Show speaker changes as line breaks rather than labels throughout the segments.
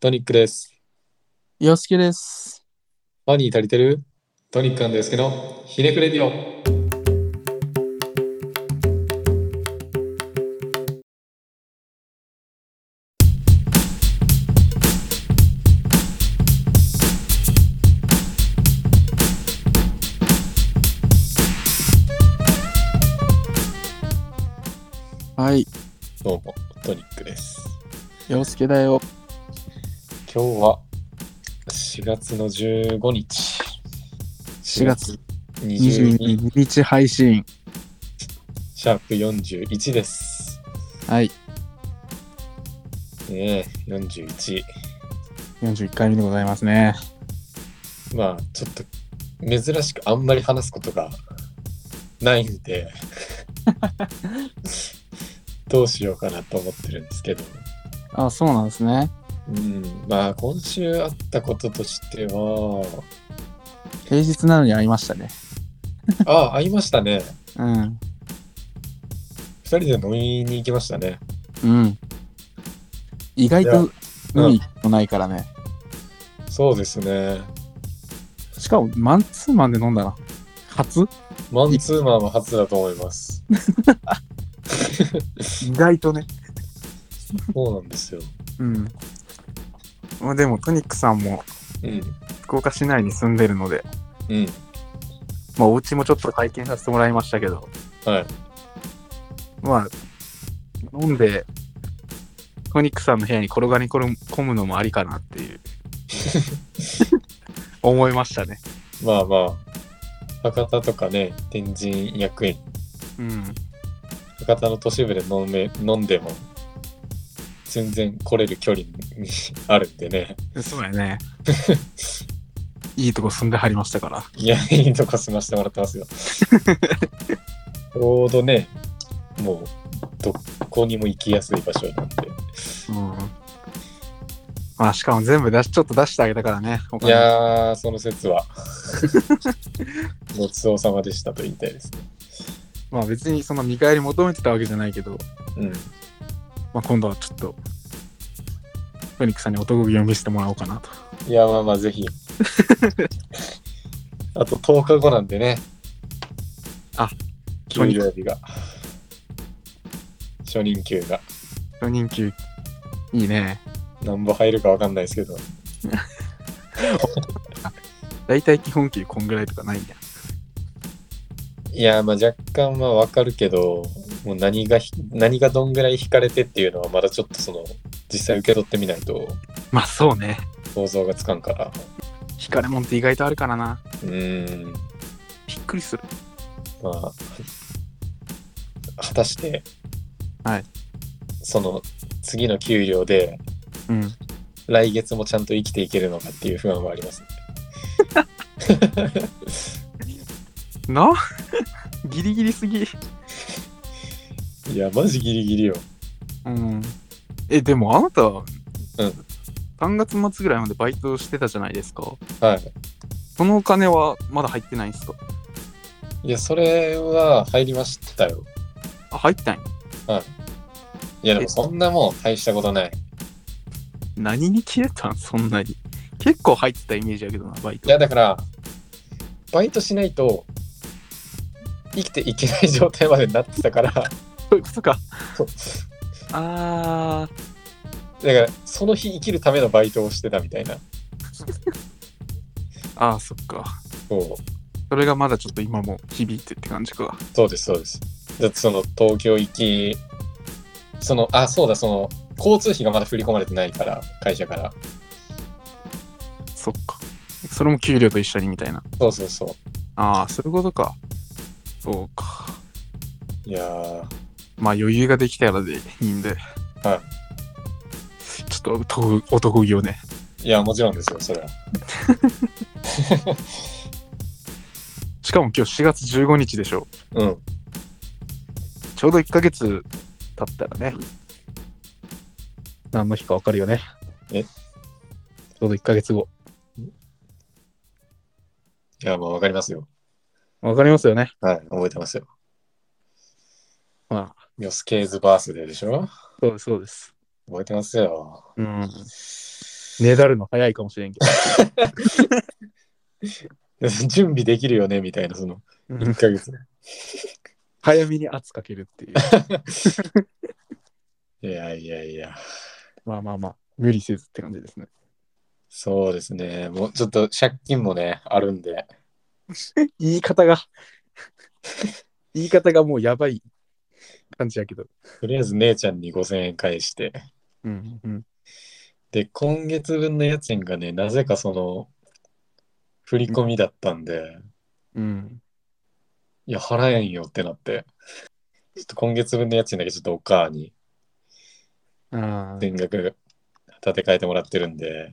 トニックです。
よしきです。
マニー足りてるトニックなんですけど、ひねくれディオ。
はい、
どうも、トニックです。
よすけだよ。
今日は4月の15日。4
4月
22
22日配信。
シャープ41です。
はい、
ねえ、41。
41回目でございますね。
まあ、ちょっと珍しくあんまり話すことがないん で、どうしようかなと思ってるんですけど。
あ、そうなんですね。
うん、まあ今週あったこととしては、
平日なのに会いましたね。
ああ、会いましたね。
うん。
二人で飲みに行きましたね。
うん。意外と海もないからね。
そうですね。
しかも、マンツーマンで飲んだな。初
マンツーマンは初だと思います。
意外とね。
そうなんですよ。
うん。まあでも、トニックさんも
うん。
福岡市内に住んでるので、
うん。
まあお家もちょっと体験させてもらいましたけど、
はい。
まあ、飲んで、トニックさんの部屋に転がり込むのもありかなって いう、思いましたね。
まあまあ、博多とかね、天神役員、
うん。
博多の都市部で飲め飲んでも、全然来れる距離に あるんでね。
そうや ね。いいとこ住んではりましたから。
いや、いいとこ済ましてもらってます よ。ちょうどね、もう、どこにも行きやすい場所なんで。
うん。まあ、しかも全部出し、ちょっと出してあげたからね。お
い
金
やー、その説 は。ごちそうさまでしたと言いたいですね。
まあ別にその見返り求めてたわけじゃないけど、
うん。
まあ今度はちょっと、トニックさんに男気を見せてもらおうかなと。
いや、まあまあ、ぜ ひ。あと10日後なんでね。
あ、
給料日が。初任給が。
初任給、いいね。
なんぼ入るかわかんないですけど。
だいたい基本給こんぐらいとかないんだ
いや、まあ若干はわかるけど、もう何がひ、何がどんぐらい引かれてっていうのは、まだちょっとその、実際受け取ってみないと
まあそうね。
想像がつかんから。
惹かれもんって意外とあるからな。
うーん、
びっくりする。
まあ、果たして、
はい。
その、次の給料で、
うん。
来月もちゃんと生きていけるのかっていう不安はありますね。
な ギリギリすぎ。
いや、マジギリギリよ。
うん。え、でもあなた、うん。
3
月末ぐらいまでバイトしてたじゃないですか。
はい。
そのお金はまだ入ってないんですか
いや、それは入りましたよ。
あ、入ってない
いや、でもそんなもん大したことない。
何に消えたんそんなに。結構入ってたイメージやけどな、バイ
い
ト。
やだからバイトしないと生きていけない状態までになってたからだか
そういうことか
そう。
あー、
らその日生きるためのバイトをしてたみたいな
あー、そっか。
そう
それがまだちょっと今も響いてって感じか。
そうですそうですだってその東京行きそのあそうだその交通費がまだ振り込まれてないから会社から
そっか。それも給料と一緒にみたいな。
そうそうそ
あー、そういうことか。そうか。
ういやー
まあ余裕ができたらでいいんで。
は
ちょっと男男気をね。
いやもちろんですよそれは
しかも今日4月15日でしょ。
うん
ちょうど1ヶ月経ったらね。何の日かわかるよね。
え
ちょうど1ヶ月後。
いやもうわかりますよ
わかりますよね。
はい覚えてますよ
まあ、
ヨスケーズバースデーでしょ
そうです、そうです。
覚えてますよ
うん。ねだるの早いかもしれんけ
準備できるよねみたいな、その
ど。
1ヶ月。
早めに圧かけるって いう。
いやいやいや、
まあまあまあ、無理せずって感じですね。
そうですね。もうちょっと借金もね、あるんで。
言い方が、 言い方がもうやばい感じやけど。
とりあえず姉ちゃんに5000円返して。
うんうん。
で、今月分の家賃がね、なぜかその、振り込みだったんで、
うん。
いや、払えんよってなって、ちょっと今月分の家賃だけちょっとお母に
ああ、
全額立て替えてもらってるんで、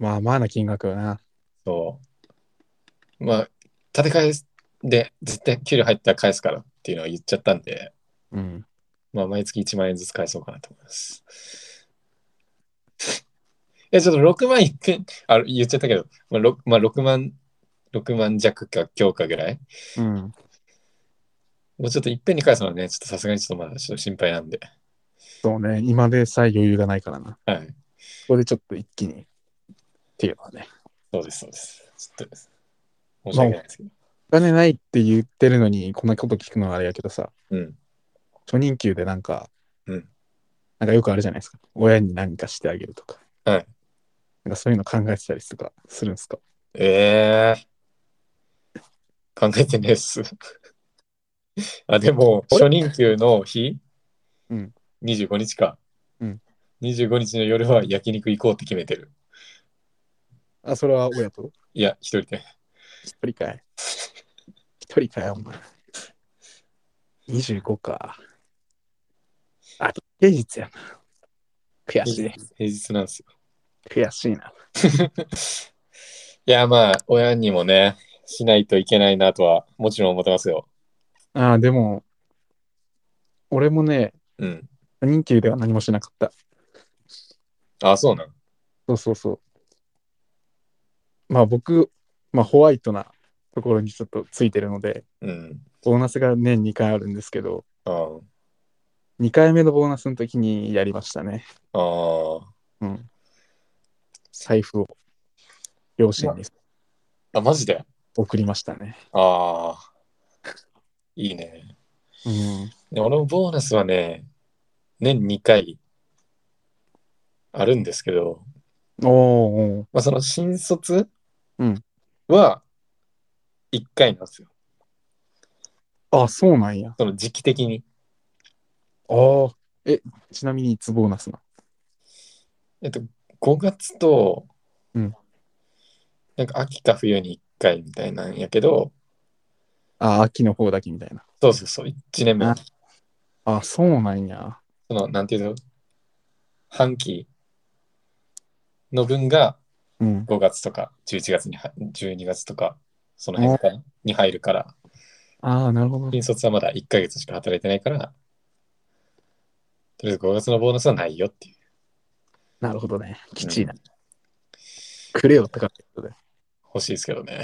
まあまあな金額よな。
そう。まあ、立て替えで、絶対給料入ったら返すからっていうのは言っちゃったんで、
うん。
まあ、毎月1万円ずつ返そうかなと思います。 え、ちょっと6万いっぺん、あ、言っちゃったけど、まあ、6, まあ6万、6万弱か強化ぐらい
うん。
もうちょっといっぺんに返すのはね、ちょっとさすがにちょっとまだちょっと心配なんで。
そうね。今でさえ余裕がないからな。
はい。
ここでちょっと一気に。っていうのはね。
そうです、そうです。ちょっと、申し訳ないですけど。
お金ないって言ってるのに、こんなこと聞くのはあれやけどさ、
うん。
初任給でなんか、
うん
なんかよくあるじゃないですか。親に何かしてあげるとか。
はい。
なんかそういうの考えてたりとかするんですか
ええ考えてねえっす。 あ、でも、初任給の日、
うん、
25日か。
うん、
25日の夜は焼肉行こうって決めてる。
あ、それは親と
いや、一人で。
一人かい。一人かい、お前。25か。あと、平日やな。悔しい
平。日なんですよ。
悔しいな。
いや、まあ、親にもね、しないといけないなとは、もちろん思ってますよ。
ああ、でも、俺もね、
うん。
任給では何もしなかった。
あ、そうなん。
そうそうそう。まあ僕、まあホワイトなところにちょっとついてるので、
うん。
ボーナスが年2回あるんですけど、
あ
2回目のボーナスの時にやりましたね。
あ。ああ。
うん。財布を両親に
あ、マジで
送りましたね。
ああ。いいね。
うん。
で俺もボーナスはね、年2回あるんですけど、
おーおー
まあ、その新卒
うん
は1回なんですよ。
あ、そうなんや。
その時期的に。
ああ。え、ちなみにいつボーナスな
えっと、5月と、
うん
なんか秋か冬に1回みたいなんやけど、
ああ、秋の方だけみたいな。
そうそうそう、1年目の
あ、あそうなんや。
その、なんていうの、半期の分が
うん。
5月とか11月には、12月とか、その辺かなに入るから。
ああ、なるほど。
新卒はまだ1ヶ月しか働いてないから、とりあえず5月のボーナスはないよっていう。
なるほどね。きちいな。
うん
くれよって感じで。
欲しいですけどね。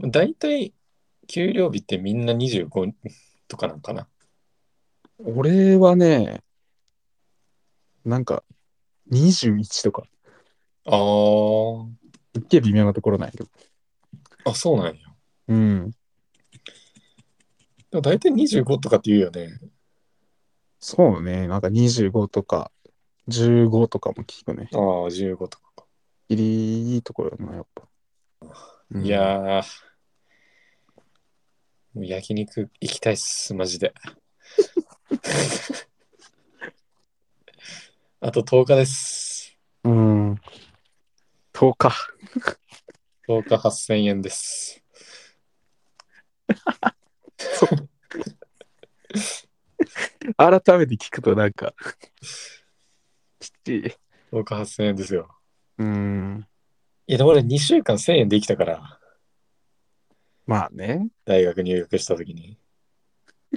大体、給料日ってみんな25とかなんかな。
俺はね、なんか、21とか、
あー、
すっげえ微妙なところなんやけど。
あ、そうなんや。
うん。
でも大体25とかって言うよね。
そうね、なんか25とか、15とかも聞くね。
あー、15とかか。
ギリいいところやな、やっぱ。うん
いやー、もう焼肉行きたいっす、マ ジで。あと10日です。
うん。10日。
10日8000円です。
改めて聞くとなんか、きちい。
僕8000円ですよ。
うん。
いや、でも俺2週間1000円できたから、
まあね。
大学入学した時に。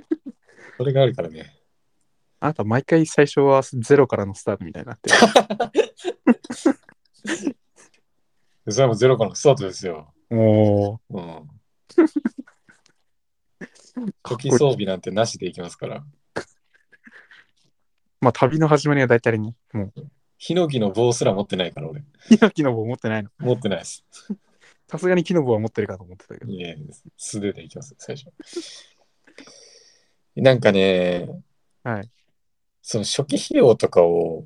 それがあるからね。
あなた毎回最初はゼロからのスタートみたいになってる。
それはもうゼロからのスタートですよ。
おー。
うん。 時装備なんてなしでいきますから。
まあ旅の始まりは大体ね、もう
ヒノキの棒すら持ってないから俺。
ヒノキの棒持ってないの。
持ってないです。
さすがに木の棒は持ってるかと思ってたけど。
いえ、素手でいきます、最初。なんかね、
はい。
その初期費用とかを、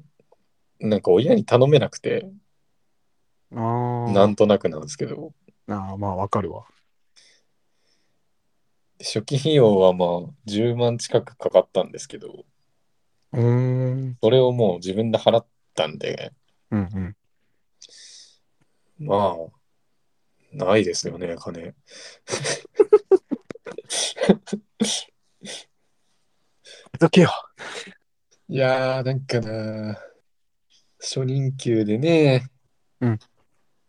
なんか親に頼めなくて、
ああ。
なんとなくなんですけど、
ああ、まあわかるわ。
初期費用はまあ10万近くかかったんですけど、
うーん。
それをもう自分で払ったんで、
うんうん。
まあ、ないですよね、金。
どけよ。
いやー、なんかな、初任給でね、
うん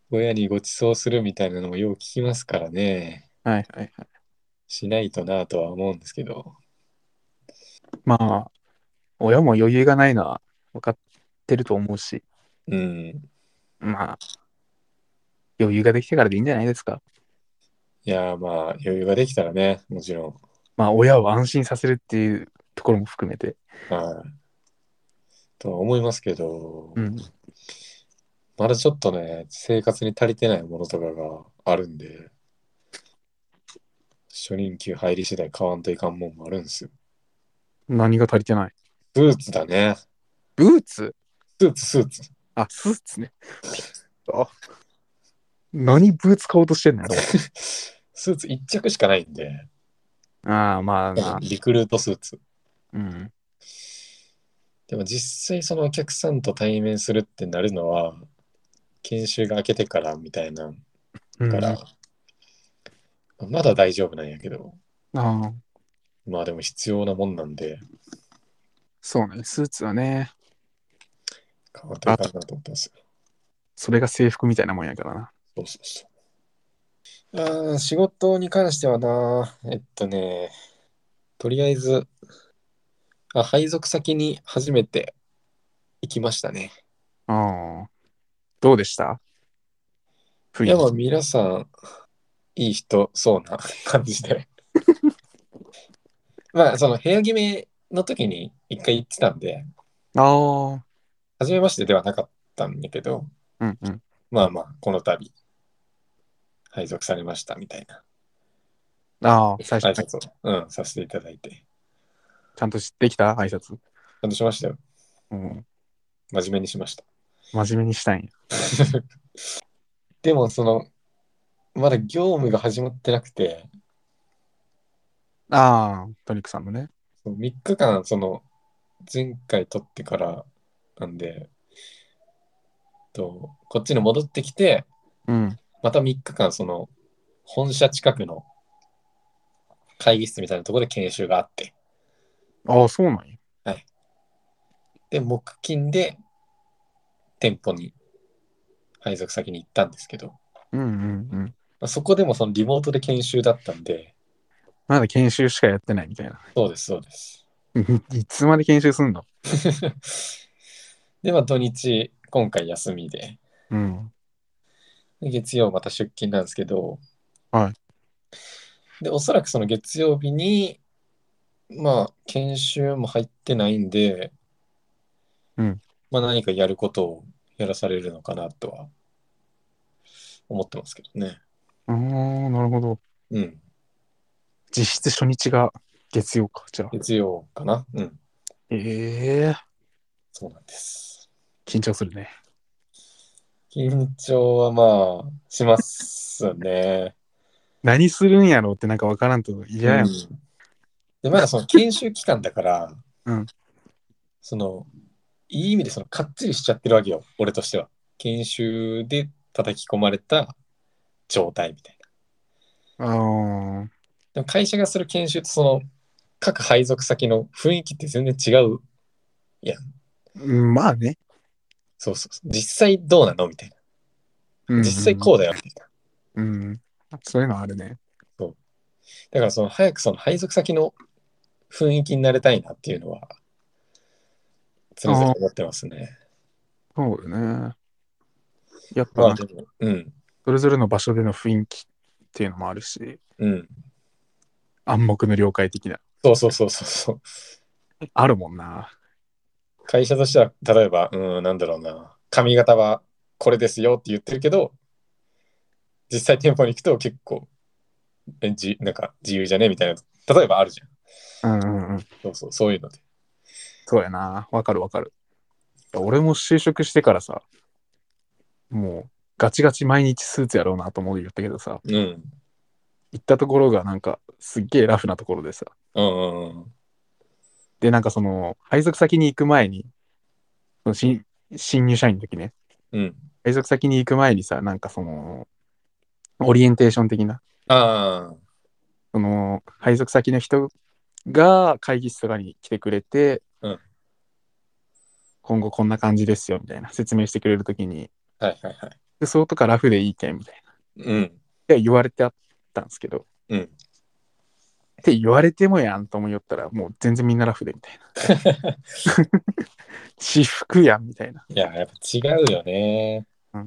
親にご馳走するみたいなのもよう聞きますからね、
はいはいはい。
しないとなとは思うんですけど、
まあ、親も余裕がないのは分かってると思うし、
うん、い
まあ、余裕ができてからでいいんじゃないですか。
やー、まあ、余裕ができたらね、もちろん、
まあ、親を安心させるっていうところも含めて。
はい、とは思いますけど、
うん。
まだちょっとね、生活に足りてないものとかがあるんで、初任給入り次第買わんといかんもんもあるんですよ。
何が足りてない
スーツだね。
ブーツ
スーツ、スーツ。
あ、スーツね。あ何ブーツ買おうとしてんのやろ
スーツ1着しかないんで、
ああ、まあな。
リクルートスーツ。
うん。
でも実際そのお客さんと対面するってなるのは、研修が明けてからみたいな
うん
から、まだ大丈夫なんやけど、
ああ、
まあでも必要なもんなんで、
そうね。スーツはね、
買わんといかんなと思ってますよ。
それが制服みたいなもんやからな。
そうそうそう。あー仕事に関してはな、えっとね、とりあえず、あ配属先に初めて行きましたね。
ああ。どうでした雰
いや、まあ
囲気。
皆さん、いい人そうな感じで。 まあ、その部屋決めの時に一回行ってたんで、
ああ。
初めましてではなかったんだけど、
うんうん。
まあまあ、この度、配属されましたみたいな
ああ、最
挨
初、
拶を、うん、させていただいて。
ちゃんと知ってきた挨拶。
感動しましたよ。
うん。
真面目にしました。
真面目にしたいんや。
でも、その、まだ業務が始まってなくて、
ああ、トニックさんのね。
3日間、その、前回取ってからなんで、と、こっちに戻ってきて、
うん。
また3日間、その、本社近くの会議室みたいなところで研修があって、
ああ、そうなんや。
で、木金で店舗に配属先に行ったんですけど、ま
うんうんうん。
あそこでもそのリモートで研修だったんで、
まだ研修しかやってないみたいな。
そうです、そうです。
いつまで研修すんの
で、まあ、土日、今回休みで、
うん。
で月曜また出勤なんですけど、。
はい
で、おそらくその月曜日に、まあ、研修も入ってないんで、
うん。
まあ、何かやることをやらされるのかなとは思ってますけどね。
ああ、なるほど。
うん。
実質初日が月曜か、じゃあ。
月曜かなうん。
ええ
そうなんです。
緊張するね。
緊張はまあ、しますね。
何するんやろうってなんかわからんと嫌や。
うんんで、まだその研修期間だから、
うん
その、いい意味でそのかっちりしちゃってるわけよ、俺としては。研修で叩き込まれた状態みたいな。
ああ、
でも会社がする研修とその、各配属先の雰囲気って全然違う。
うんまあね。
そうそうそう。実際どうなのみたいな。
うん
実際こうだよ、みたいな。
うん。そういうのあるね。
だからその、早くその配属先の雰囲気になれたいなっていうのは、常々思ってますね。
そうだね。やっぱ
ま
な
あ
んか
でも、うん、
それぞれの場所での雰囲気っていうのもあるし、
うん。
暗黙の了解的な。
そうそうそうそうそう。
あるもんな。
会社としては、例えば、うん、なんだろうな、髪型はこれですよって言ってるけど、実際店舗に行くと結構、えじなんか自由じゃねみたいな、例えばあるじゃん。
うんうんうん。
そうそう、そういうので。
そうやな。わかるわかる。俺も就職してからさ、もうガチガチ毎日スーツやろうなと思って言ったけどさ、
うん。
行ったところがなんかすっげえラフなところでさ、
うんうんうん。
で、なんかその、配属先に行く前に、その新新入社員の時ね、
うん。
配属先に行く前にさ、なんかその、オリエンテーション的な、
ああ、
その、配属先の人が会議室とかに来てくれて、
うん
今後こんな感じですよ、みたいな説明してくれる時に、
はいはいはい。
服装とかラフでいいけん、みたいな。
うん。
って言われてあったんですけど、
うん
って言われてもやんと思いよったら、もう全然みんなラフで、みたいな。 私服やん、みたいな。
いや、やっぱ違うよね。
やっ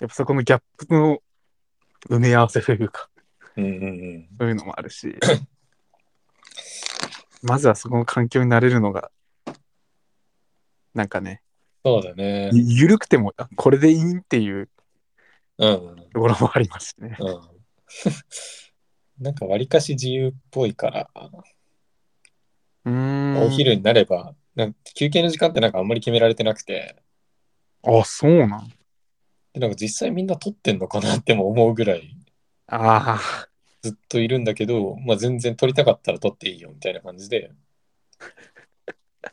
ぱそこのギャップの埋め合わせというか、
うんうんうん。
そういうのもあ るし、まずはそこの環境になれるのが、なんかね、
そうだね。
ゆ緩くてもあこれでいいっていう
うん。
ところもありますね。
うんなんかわりかし自由っぽいから、
うーん。
お。昼になれば、なん休憩の時間ってなんかあんまり決められてなくて、
あ、そうなん。
でなんか実際みんな取ってんのかなっても思うぐらい
あ
ずっといるんだけど、まあ、全然取りたかったら取っていいよみたいな感じで。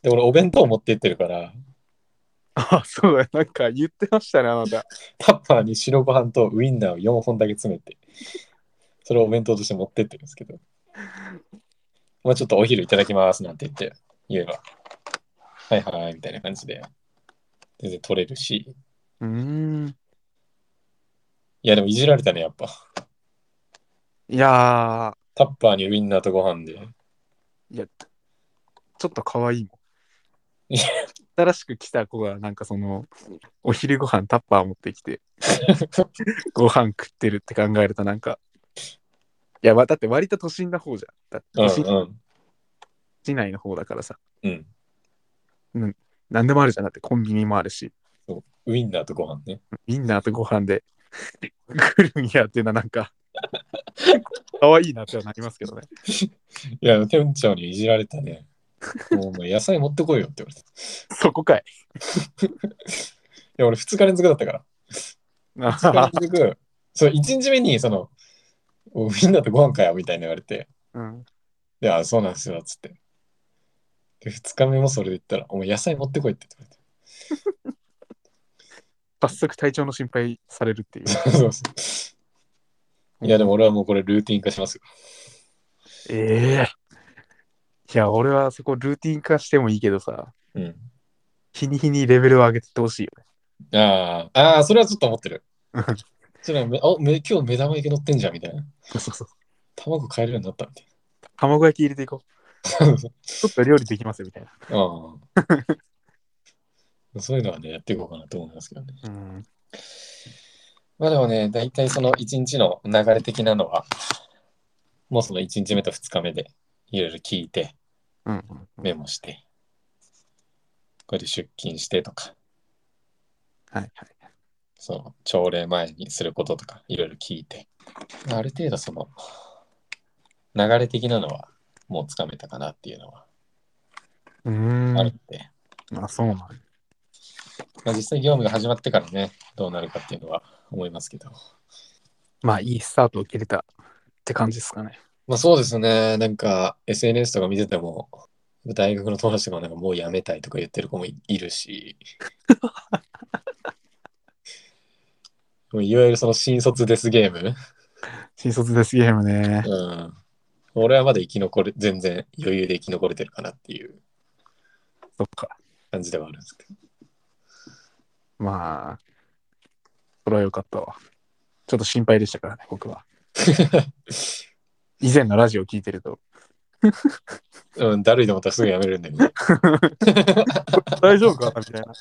で、俺お弁当持って行ってるから、
あ、あそうだ、なんか言ってましたね、あなた。
タッパーに白ご飯とウインナーを4本だけ詰めて、それをお弁当として持ってってるんですけど、まあちょっとお昼いただきますなんて言って言えば、はいはいみたいな感じで、全然取れるし、
うーん。
いやでもいじられたね、やっぱ。
いや
タッパーにウインナーとご飯で、
ー、いや、ちょっと可愛いもん
い。
新しく来た子が、なんかその、お昼ご飯タッパー持ってき て、ご飯食ってるって考えるとなんか、いや、わだって割と都心な方じゃん。だって
うん
都心
うん、
市内の方だからさ、
うん。
何でもあるじゃん。だってコンビニもあるし、
ウインナーとご飯ね。
みんなとご飯で、グルミやっていうのはなんか、可愛いなってはなりますけどね。
いや、店長にいじられた ね。もうお前野菜持ってこいよって言われた。い
そこかい。
や、俺2日連続だったから。2日連続、そう1日目に、その、おウインナーとご飯かよみたいな言われて、
うん、
いや、そうなんですよ、つって。で、2日目もそれで言ったら、お前野菜持ってこいって言われて。
早速体調の心配されるっていう。
そうそういや、でも俺はもうこれルーティン化しますよ。
ええいや、俺はそこルーティン化してもいいけどさ、
うん。
日に日にレベルを上げてってほしいよね。
ああ、ああ、それはちょっと思って る
うん。
それはめ、あ、め、今日目玉焼き乗ってんじゃん、みたいな。
そうそう。
卵買えるようになった、みたい
卵焼き入れていこう。
な。
ちょっと料理できますよみたいな。
ああ。 そういうのはね、やっていこうかなと思いますけどね。
うん。
まあでもね、大体その一日の流れ的なのは、もうその一日目と二日目でいろいろ聞いて、
うん。
メモして、これで出勤してとか、
はいはい。
その朝礼前にすることとか、いろいろ聞いて、まあある程度その、流れ的なのはもうつかめたかなっていうのは
う
ある
ん。
んで、
あ、そうなんや
まあ実際業務が始まってからね、どうなるかっていうのは思いますけど。
まあ、いいスタートを切れたって感じですかね。
まあそうですね。なんか SNS とか見てても、大学の友達とかもなんかもうやめたいとか言ってる子もいいるし、もういわゆるその新卒デスゲーム。
新卒ですゲームね。
うん。俺はまだ生き残れ、全然余裕で生き残れてるかなっていう
そっか。
感じではあるんですけど。
まあ、それは良かったわ。ちょっと心配でしたからね、僕は。以前のラジオ聞いてると、
うん、だるいと思ったらすぐやめるんだけど。
大丈夫かなみたいな。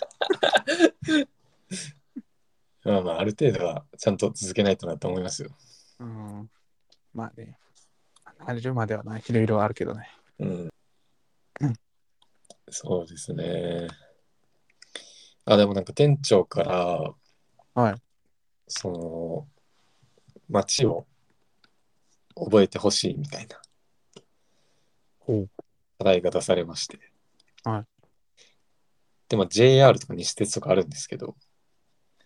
まあまあ、ある程度はちゃんと続けないとなと思いますよ。
うん。まあね。慣れるまではないろいろあるけどね。
うん。そうですね。あ、でもなんか店長から、
はい。
その、街を覚えてほしいみたいな
ほう。
課題が出されまして。
はい
で、まあ JR とか西鉄とかあるんですけど、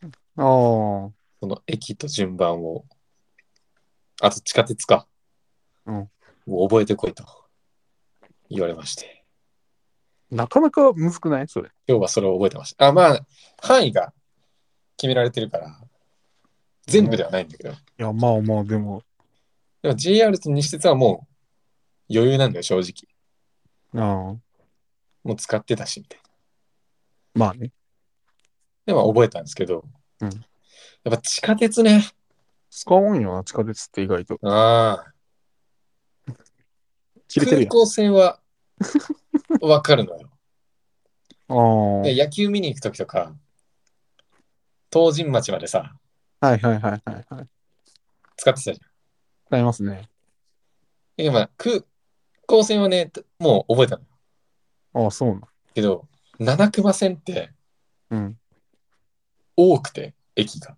あ
その駅と順番を、あと地下鉄か。
うん
を覚えてこいと言われまして。
あ。なかなかむずくないそれ。
今日はそれを覚えてました。あ、まあ、範囲が決められてるから、全部ではないんだけど、
いや、まあまあ、でも、
でも JR と西鉄はもう余裕なんだよ、正直。
ああ。
もう使ってたし、みたいな。
まあね。
で、まあ覚えたんですけど、
うん
やっぱ地下鉄ね。
使わんよな、地下鉄って意外と。
ああ、
切れてる
空
やん。
港線はわかるのよ。
ああ。はい
で野球見に行くときとか、東神町までさ、
はいはいはいはい。
使ってたじゃん。
使いますね。
でまあ空港線はね、もう覚えたの
ああ、そう
けど、七熊線って
なん。うん。
多くて、駅が。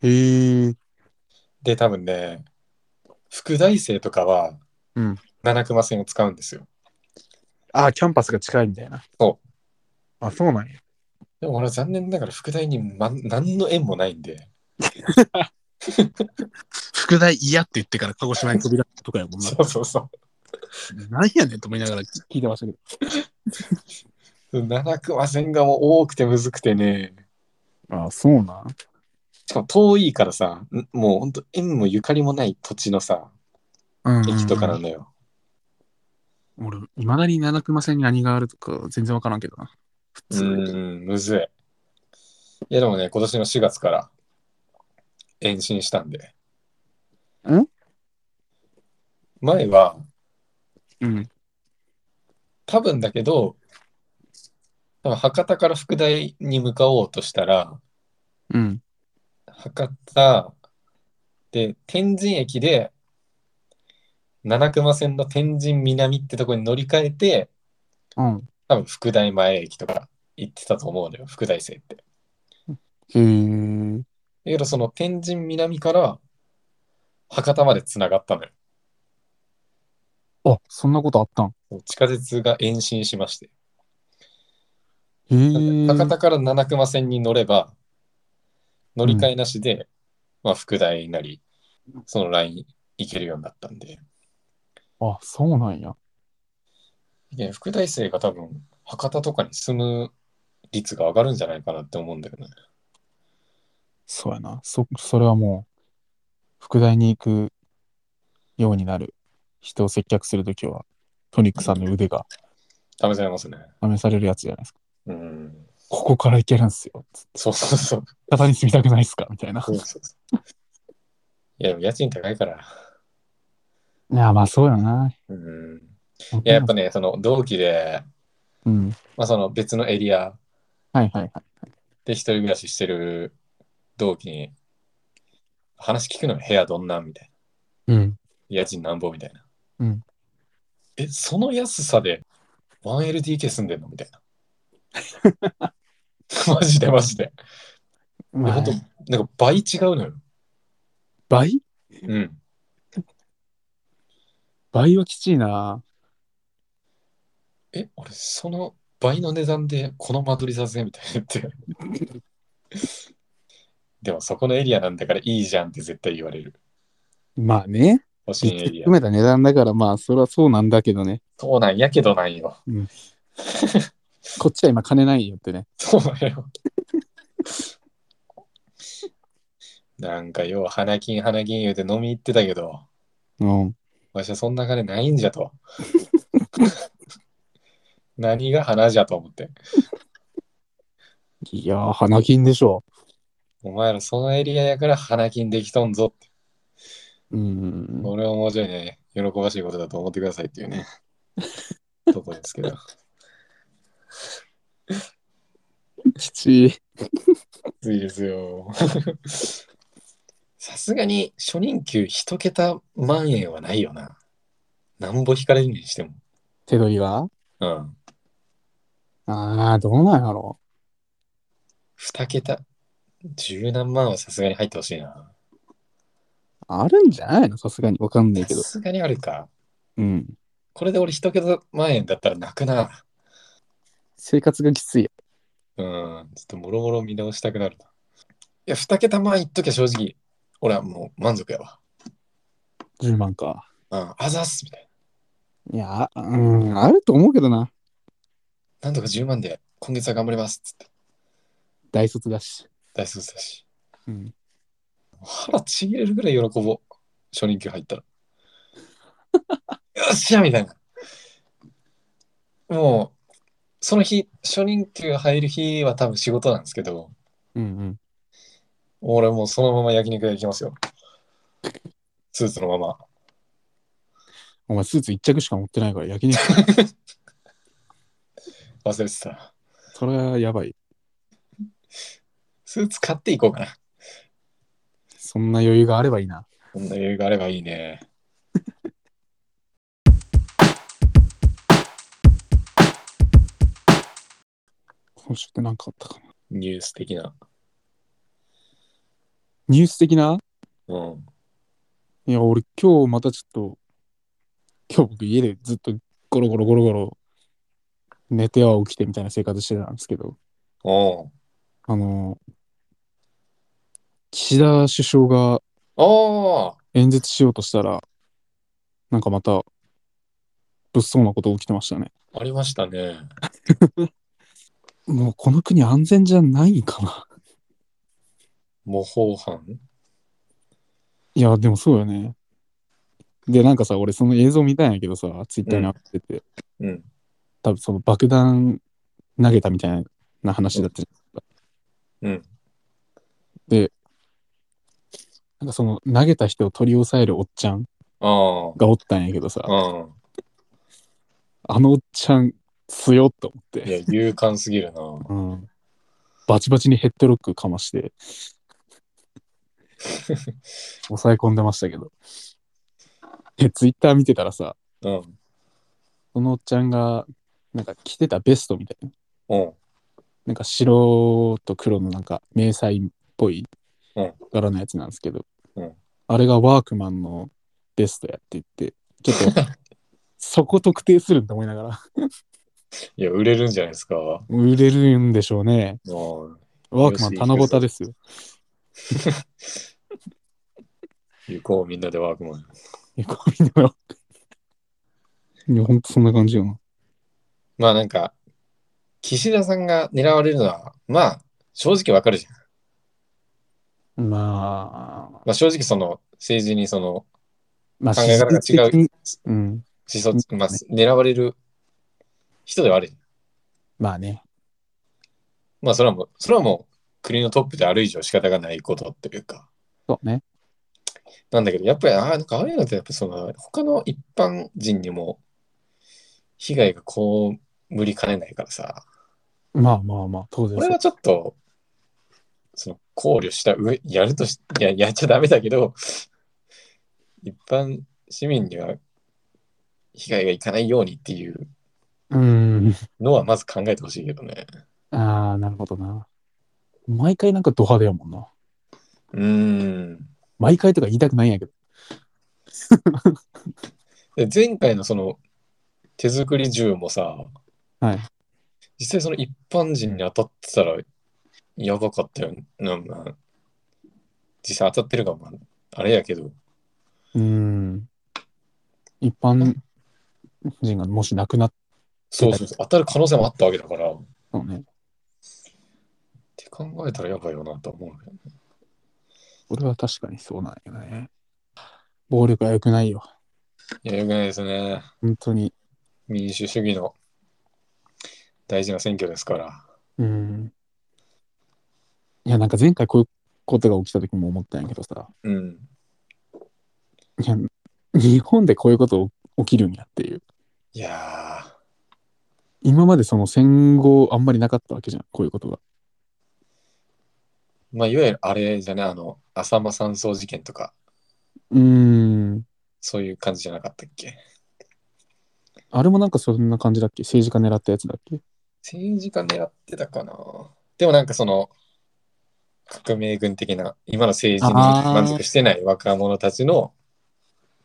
へえ。
で、多分ね、副大生とかは
うん。
七熊線を使うんですよ。
ああ、キャンパスが近いみたいな。。
そう
あ、そうなんや。
でも俺は残念ながら副大に、ま、何の縁もないんで、
副大嫌って言ってから鹿児島に飛び出したとかやもんな
そ。うそうそ
なんやねんと思いながら聞いてましたけど。
う。七熊線がもう多くてむずくてね、
ああ、そうなん。
しかも遠いからさ、んもうほんと縁もゆかりもない土地のさ、
うんうんうん
駅とかなのよ。
俺、いまだに七熊線に何があるとか全然わからんけどな。普
う
通。
ーん、むずい。いやでもね、今年の4月から延伸したんで。
ん
前は、
うん。
多分だけど、多分博多から福大に向かおうとしたら、
うん。
博多で、天神駅で、七熊線の天神南ってとこに乗り換えて、
うん。
多分福大前駅とか行ってたと思うのよ、福大生って。だ
へえ。
けど、その天神南から博多までつながったのよ。
あ、そんなことあったん。
地下鉄が延伸しまして。
へえ。
博多から七熊線に乗れば、乗り換えなしで、まあ、副大なり、そのライン行けるようになったんで。
あ、そうなんや。
で副大生が多分、博多とかに住む率が上がるんじゃないかなって思うんだけどね。
そうやな。そ、それはもう、副大に行くようになる人を接客するときは、トニックさんの腕が
試されますね。
試されるやつじゃないですか。
うん。
ここから行けるんすよ。つって
そうそうそう。
方に住みたくないっすかみたいな。
そうそうそういや、でも家賃高いから。
いや、まあそうやな。
うん。いや、やっぱね、その同期で、
うん。
まあ、その別のエリア
はいはいはい。
で一人暮らししてる同期に話聞くのよ部屋どんなんみたいな
うん。
家賃なんぼみたいな、
うん
えその安さで 1LDK 住んでんのみたいな マジでマジで、
まあ
本当なんか倍違うのよ
倍
うん
倍はきちいな。
え俺その倍の値段でこの間取りさせみたいな言って でもそこのエリアなんだからいいじゃんって絶対言われる
まあね。
欲しいエリア
含めた値段だから、まあそれはそうなんだけどね。
そうなんやけどなんよ
こっちは今金ないよってね。
そうだよ。なんかよう、花金花金言うて飲み行ってたけど、
うん。
わしはそんな金ないんじゃと。 何が花じゃと思って。
いやー、花金でしょ。
お前らそのエリアやから花金できとんぞって。
うん。
俺はもうちょいね、喜ばしいことだと思ってくださいっていうね。とこですけど。
きちい。
ついですよ。 さすがに初任給一桁万円はないよな。なんぼ引かれるにしても。
手取りは
うん。
ああ、どうなんやろ
二桁、十何万はさすがに入ってほしいな。
う。あるんじゃないのさすがに。わかんない
さ
けど。
すがにあるか。
うん。
これで俺一桁万円だったら泣くな。
生活がきつい。
うん、ちょっともろもろ見直したくなるな。いや、二桁万いっときゃ正直、俺はもう満足やわ。
10万か。
うん、あざっすみたいな。
いや、あうん、あると思うけどな。
なんとか10万で今月は頑張りますっつって。
大卒だし。
大卒だし。
うん。
腹ちぎれるぐらい喜ぼう。初任給入ったら。よっしゃみたいな。もう、その日、初任給入る日は多分仕事なんですけど、
うんうん。
俺もうそのまま焼肉屋行きますよ。スーツのまま。
お前スーツ一着しか持ってないから焼肉。
忘れてた。
それはやばい。
スーツ買っていこうかな。
そんな余裕があればいいな。
こんな余裕があればいいね。
今週って何かあったかな。
ニュース的な。
ニュース的な
うん。
いや、俺今日またちょっと、今日僕家でずっとゴロゴロゴロゴロ寝ては起きてみたいな生活してたんですけど、
おう
あの、岸田首相が
おー
演説しようとしたら、なんかまた、物騒なこと起きてましたね。
ありましたね。
もうこの国安全じゃないかな。
模倣犯
いや、でもそうよね。で、なんかさ、俺その映像見たんやけどさ、ツイッターにアップしてて、
うん。
多分その爆弾投げたみたいな話だったじゃ。
うんん。
で、なんかその投げた人を取り押さえるおっちゃん
あ
がおったんやけどさ、
あ。うん。
あのおっちゃん強っと思っ
い
て、
や、勇敢すぎるな。
うん、バチバチにヘッドロックかま して、抑え込んでましたけど。で、ツイッター見てたらさ、
うん。
そのおっちゃんが、なんか着てたベストみたいな、
うん。
なんか白と黒のなんか迷彩っぽい
うん
柄のやつなんですけど、
うん
あれがワークマンのベストやって言って、ちょっとそこ特定するんだ思いながら、
いや、売れるんじゃないですか。う
売れるんでしょうね。
ん。
ワークマン七夕ですよ。
行こう、みんなでワークマン。
いや、こう見てもいや、ほんとそんな感じよな。
まあなんか、岸田さんが狙われるのは、まあ、正直わかるじゃん。
まあ、
まあ正直その、政治にその、思
まあ、
考え方が違う
う。うん。
想、まあ、狙われる人ではあるじゃん。
まあね。
まあそれはもう、それはもう国のトップである以上仕方がないことっていうか。
そうね。
なんだけど、やっぱり、ああ、なんかああいうのって、やっぱその、他の一般人にも被害がこう、無理かねないからさ、
まあまあまあ、当然
俺
そう
は。ちょっと、その、考慮した上、やるとし、いや、やっちゃダメだけど、一般市民には被害がいかないようにっていう
うん。
のはまず考えてほしいけどね。
ああ、なるほどな。毎回なんかド派手やもんな。
うーん。
毎回とか言いたくないんやけど。
で前回のその、手作り銃もさ、
はい。
実際その一般人に当たってたらやばかったよね。なんまあ実際当たってるかもあれやけど、
うん。一般人がもし亡くなっ
そうそうそう、当たる可能性もあったわけだから、った
のね。
て考えたらやばいよなと思うけどね。
俺は確かにそうなんよね。暴力は良くないよ。
いや、よくないですね。
本当に。
民主主義の大事な選挙ですから。
うん。いや、なんか前回こういうことが起きた時も思ったんやけどさ。
うん。
いや、日本でこういうこと起きるんやっていう。
いや
今までその戦後あんまりなかったわけじゃん、こういうことが。
ー、まあ、いわゆるあれじゃね、あの、浅間山荘事件とか、
うーん。
そういう感じじゃなかったっけ
あれもなんかそんな感じだっけ政治家狙ったやつだっけ
政治家狙ってたかな。でもなんかその、革命軍的な、今の政治に満足してない若者たちの、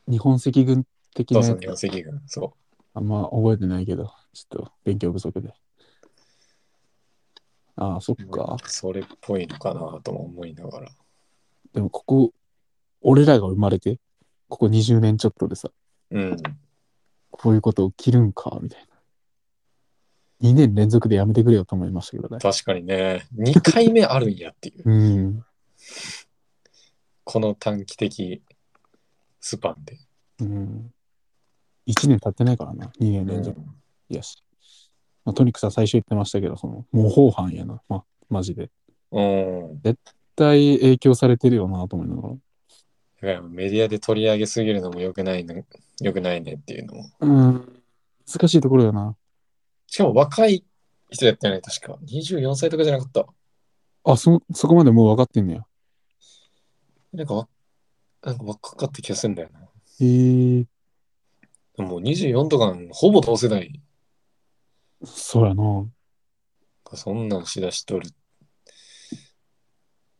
日本赤軍的
そ
な
うそ
や
う、日本
つ
赤軍。そ
あんま覚えてないけど、ちょっと勉強不足で。ああ、そっ
う。
か。
それっぽいのかなとも思いながら。
でもここ、俺らが生まれて、ここ20年ちょっとでさ、
うん。
こういうこと起きるんか、みたいな。2年連続でやめてくれよと思いましたけどね。
確かにね。2回目あるんやっていう。
うん。
この短期的スパンで。
うん。1年経ってないからな、2年連続。いやし。まあ、とにかくさ、最初言ってましたけど、その、模倣犯やな。まあ、マジで。
うん。うん
絶対影響されてるよな、と思いながら。
だからメディアで取り上げすぎるのも良くないね、良くないねっていうのも。
うん。難しいところやな。
しかも若い人やったよね、確か。24歳とかじゃなかった。
あ、そ、そこまでもう分かってんねや。
なんかわ、なんか若かった気がするんだよな。
へえ
でももう24とかのほぼ同世代
そうやな。
がそんなんしだしとる。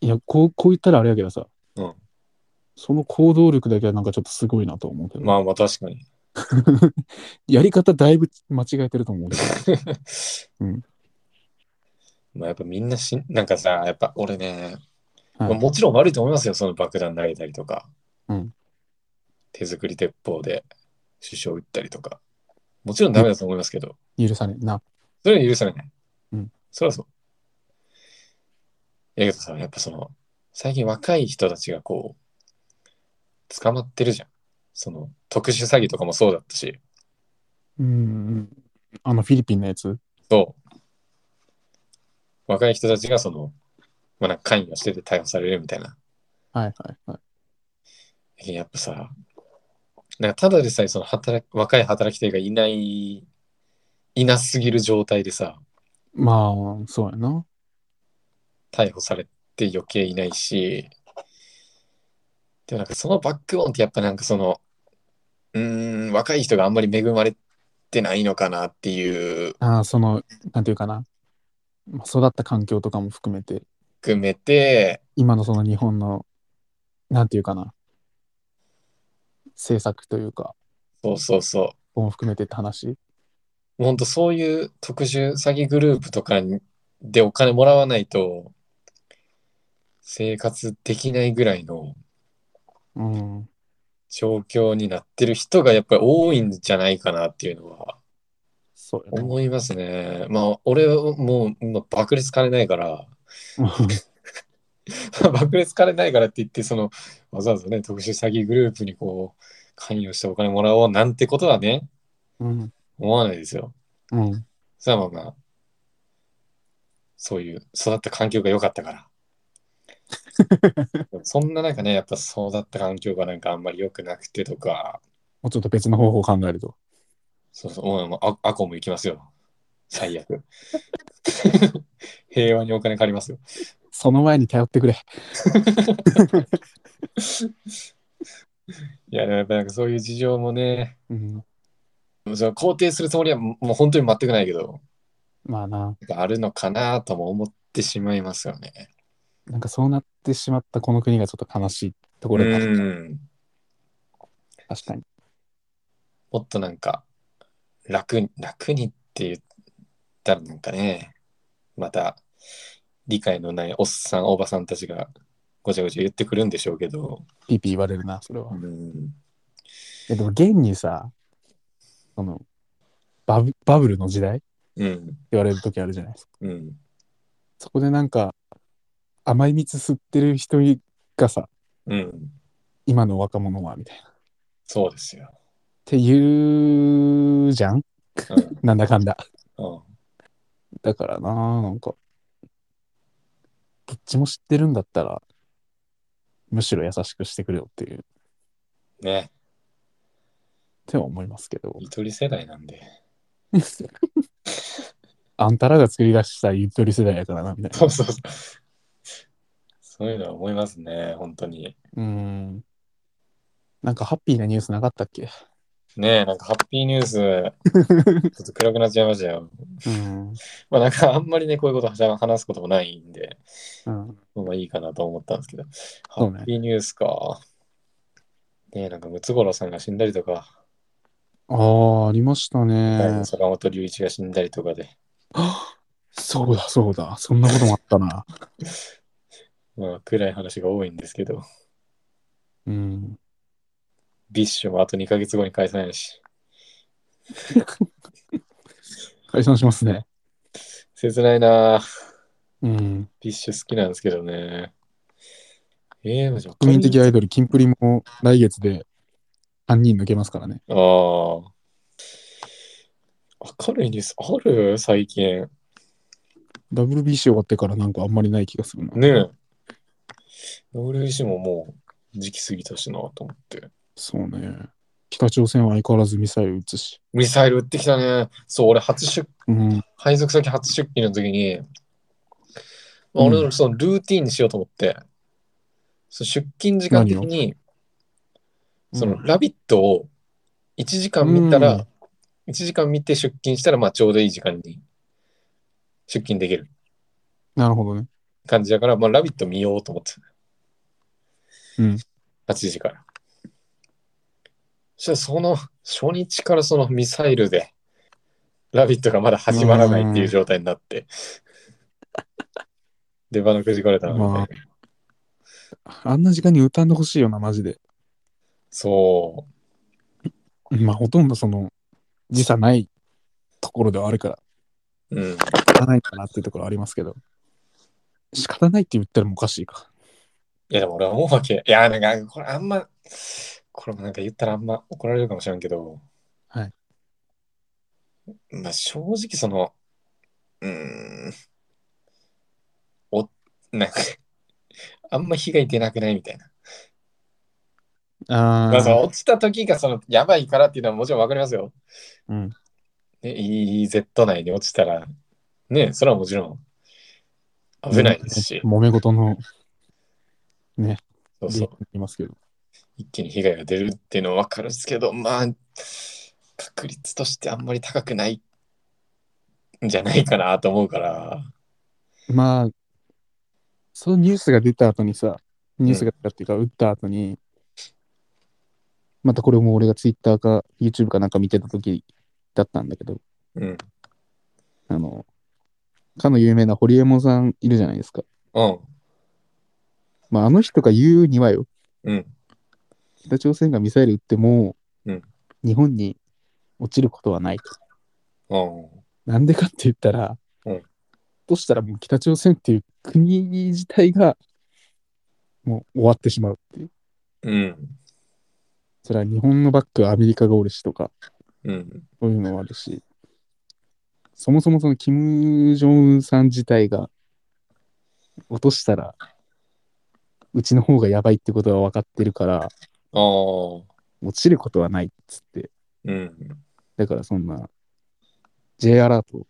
いや、こう、こう言ったらあれやけどさ。
うん
その行動力だけはなんかちょっとすごいなと思うけど。
まあまあ確かに。
やり方だいぶ間違えてると思うけど。うん
まあやっぱみんなしん、なんかさ、やっぱ俺ね、
は
ま
い
あもちろん悪いと思いますよ、その爆弾投げたりとか。
うん
手作り鉄砲で首相撃ったりとか。もちろんダメだと思いますけど、
許さねえな。
それは許されない。
うん。
そりゃそう。やけどさ、やっぱその、最近若い人たちがこう、捕まってるじゃん。その、特殊詐欺とかもそうだったし。
うんうん。あのフィリピンのやつ。
そう。若い人たちがその、まあ、なんか関与してて逮捕されるみたいな。
はいはいはい。
やっぱさ、なんかただでさえその働き若い働き手がいない、いなすぎる状態でさ、
まあ、そうやな。
逮捕されて余計いないし、でもなんかそのバックボーンってやっぱなんかその、うーん、若い人があんまり恵まれてないのかなっていう、
ああ、その、なんていうかな。まあ、育った環境とかも含めて、
含めて、
今のその日本の、なんていうかな。政策というか、
そうそうそう。
も含めてって話。
もうほんとそういう特殊詐欺グループとかにでお金もらわないと生活できないぐらいの
うん。
状況になってる人がやっぱり多いんじゃないかなっていうのは
そうやな。
思いますね。まあ俺はもうもう爆裂金ないから、 爆裂金ないからって言ってそのわざわざね特殊詐欺グループにこう関与してお金もらおうなんてことはね
うん。
思わないですよ。
うん。
さあまあまあ、そういう育った環境が良かったから。でもそんな中ね、やっぱ育った環境がなんかあんまり良くなくてとか、
もうちょっと別の方法を考えると。
そうそう、おいもうあアコム行きますよ。最悪。平和にお金借りますよ。
その前に頼ってくれ。
いや、やっぱなんかそういう事情もね、
うん。
その肯定するつもりはもう本当に全くないけど、
まあな。
なんかあるのかなとも思ってしまいますよね。
なんかそうなってしまったこの国がちょっと悲しいところが
うん。
確かに。
もっとなんか、楽に、楽にって言ったらなんかね、また、理解のないおっさん、おばさんたちが、ごちゃごちゃ言ってくるんでしょうけど、
ピーピー言われるな、それは。
ん、
えでも現にさ、そのバブ、バブルの時代って
うん、
言われる時あるじゃないですか。
うん、
そこでなんか、甘い蜜吸ってる人がさ、
うん、
今の若者は、みたいな。っ
そうですよ。
て言うじゃん
うん、
なんだかんだ。
うん、
だからな、なんか、どっちも知ってるんだったら、むしろ優しくしてくれよっていう、
ね、
ては思いますけど。
ゆとり世代なんで。
あんたらが作り出したゆとり世代やからな、みたいな。
そうそうそう。そういうのは思いますね、本当に。
うん。なんかハッピーなニュースなかったっけ
ねえ、なんかハッピーニュース、ちょっと暗くなっちゃいましたよ。
うん。
まあなんかあんまりね、こういうことは話すこともないんで、
うん。
まあいいかなと思ったんですけど、ハ
そうね
ッピーニュースか。ねえ、なんかムツゴロウさんが死んだりとか、
ああ、ありましたね。
坂本龍一が死んだりとかで、
そうだ、そうだ。そんなこともあったな。
まあ暗い話が多いんですけど、
うん。
ビッシュもあと2ヶ月後に解散やし、
解散しますね。
切ないなあ
うん。
ビッシュ好きなんですけどね。ええー、まあじゃあ
国民的アイドル、キンプリも来月で3人抜けますからね。
ああ。明るいニュースある最近。
WBC 終わってからなんかあんまりない気がするな。
ねえ。WBC ももう時期過ぎたしなと思って。
そうね。北朝鮮は相変わらずミサイル撃つし。
ミサイル撃ってきたね。そう、俺初出、
うん。
配属先初出勤の時に、まあ、俺のそのルーティンにしようと思って、その出勤時間的に、その、ラビットを1時間見た
うん
ら、一1時間見て出勤したら、まあちょうどいい時間に出勤できる
なるほどね。
感じだから、まあラビット見ようと思って。
うん。
8時から。そしたらその初日からそのミサイルで、ラビットがまだ始まらないっていう状態になって、出場のくじかれたので、
まああんな時間に歌んでほしいよな、マジで。
そ
まあ、ほとんどその、時差ないところではあるから、
う、うん、
仕方ないかなっていうところはありますけど、仕方ないって言ったらもおかしいか。
いや、でも俺は思うわけ。いや、なんか、これあんま、これもなんか言ったらあんま怒られるかもしれんけど、
はい。
まあ、正直その、うーん、お、なんか、あんま被害出なくないみたいな。
あ
まあ、その落ちた時がその、やばいからっていうのはもちろんわかりますよ。
うん。
ね、EEZ 内に落ちたら、ね、それはもちろん危ないですし、
揉め事の、
そう
言
そう。
いますけど。
一気に被害が出るっていうのは分かるんですけど、まあ、確率としてあんまり高くないんじゃないかなと思うから、
まあ、そのニュースが出た後にさ、ニュースが出たっていうか、打った後に、またこれも俺が Twitter か YouTube かなんか見てた時だったんだけど、
うん、
あの、かの有名なホリエモンさんいるじゃないですか。
うん、
まあ、あの人が言うにはよ、
うん、
北朝鮮がミサイル撃っても、
うん
日本に落ちることはないと。
うん、
なんでかって言ったら、
うん
としたらもう北朝鮮っていう国自体がもう終わってしまうっていう。
うん、
それは日本のバックはアメリカがおるしとか、
うん、
そういうのもあるし、そもそもそのキム・ジョンウンさん自体が落としたら、うちの方がやばいってことは分かってるから、
ああ、
落ちることはないっつって、
うん、
だからそんな、J アラート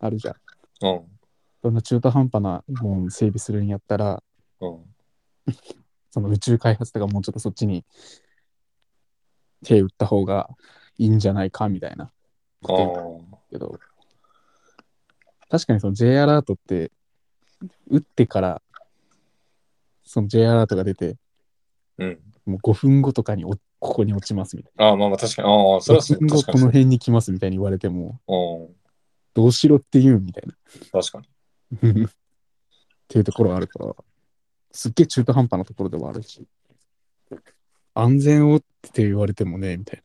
あるじゃん。
うん、
そんな中途半端なもん整備するんやったら、
うん、
その宇宙開発とかもうちょっとそっちに手打った方がいいんじゃないかみたいな
あ
こと言うんだけど、確かにその J アラートって、打ってから、その J アラートが出て、
あ、うん、
もう5分後とかにおここに落ちますみたい
ああ、まあまあ確かに、ああ、それ
な。
はそ
5
う
分後
確か
こ
に
の
そう、
辺に来ますみたいに言われても、
うん、
どうしろって言うんみたいな。
確かに。
うんっていうところはあるから、すっげえ中途半端なところではあるし、安全をって言われてもね、みたい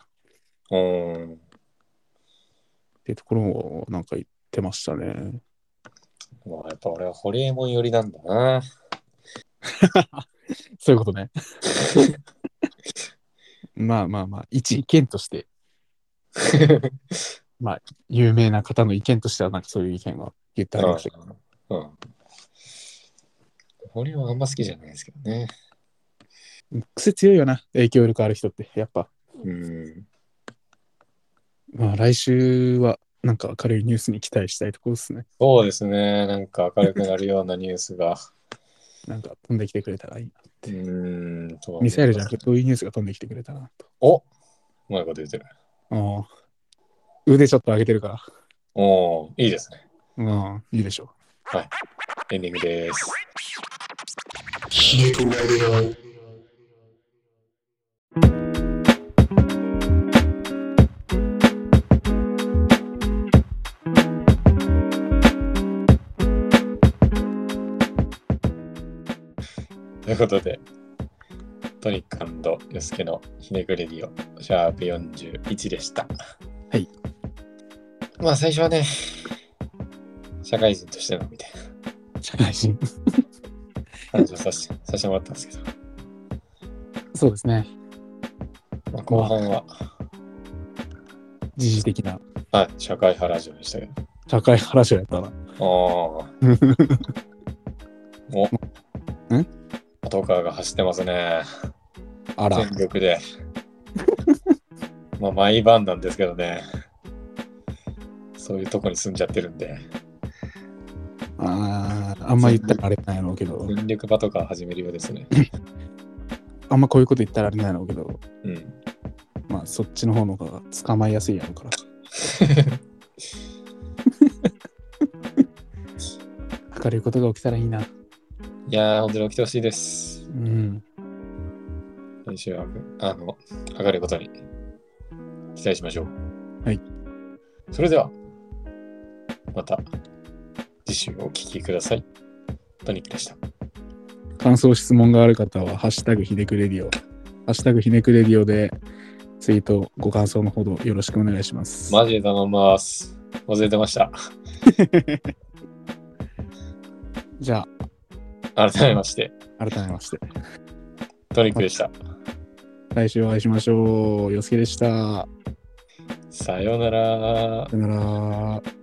な。っ
うん、
ていうところをなんか言ってましたね。
まあやっぱ俺はホリエモン寄りなんだ な。
そういうことね。 まあまあまあ、一意見として、有名な方の意見としては、なんかそういう意見は言ってありましたけど。
うん、うん。ホリエモンあんま好きじゃないですけどね。
癖強いよな、影響力ある人って。やっぱ、
うん。
まあ来週はなんか明るいニュースに期待したいところですね。
そうですね。なんか明るくなるようなニュース が。
なんか飛んできてくれたらいいな。
うーんと。
ミサイルじゃなくて、そういうニュースが飛んできてくれたらなと。
おうまいこと言ってる。
ああ。腕ちょっと上げてるから。
おーいいですね。
うん、いいでしょ
エンディングです。ということで、トニックヨスケのひねくれディオ、シャープ41でした。
はい。
まあ最初はね、社会人としてのみたいな。
う。社会人。
話をさせてさせてもらったんですけど、
そうですね。
まあ、後半は、
時事的な
はい、社会派ラジオでしたけ
社会派ラジオやったな。
ど。ああ。お
ん
パトカーが走ってますね。
あら
全、力で。 まあ、毎晩なんですけどね。そういうとこに住んじゃってるんで、
あーあんま言ったらあれなんやろうけど、
全力パトカー始めるようですね。
あんまこういうこと言ったらあれなんやろうけど、
うん。
まあそっちの方の方が捕まえやすいやろうから。明るいことが起きたらいいな。
いやー、本当に起きてほしいです
う。ん。
練習は、あの、明るいことに期待しましょう。
はい。
それでは、また次週お聞きください。トニックでした。
感想、質問がある方は、ハッシュタグひねくれディオ、ハッシュタグひねくれディオでツイート、ご感想のほどよろしくお願いします。
マジで頼みます。忘れてました。
じゃ
改めまして、
あ、改めまして、
トニックでした。
来週お会いしましょう。よすけでした。
さようなら
さ。よなら。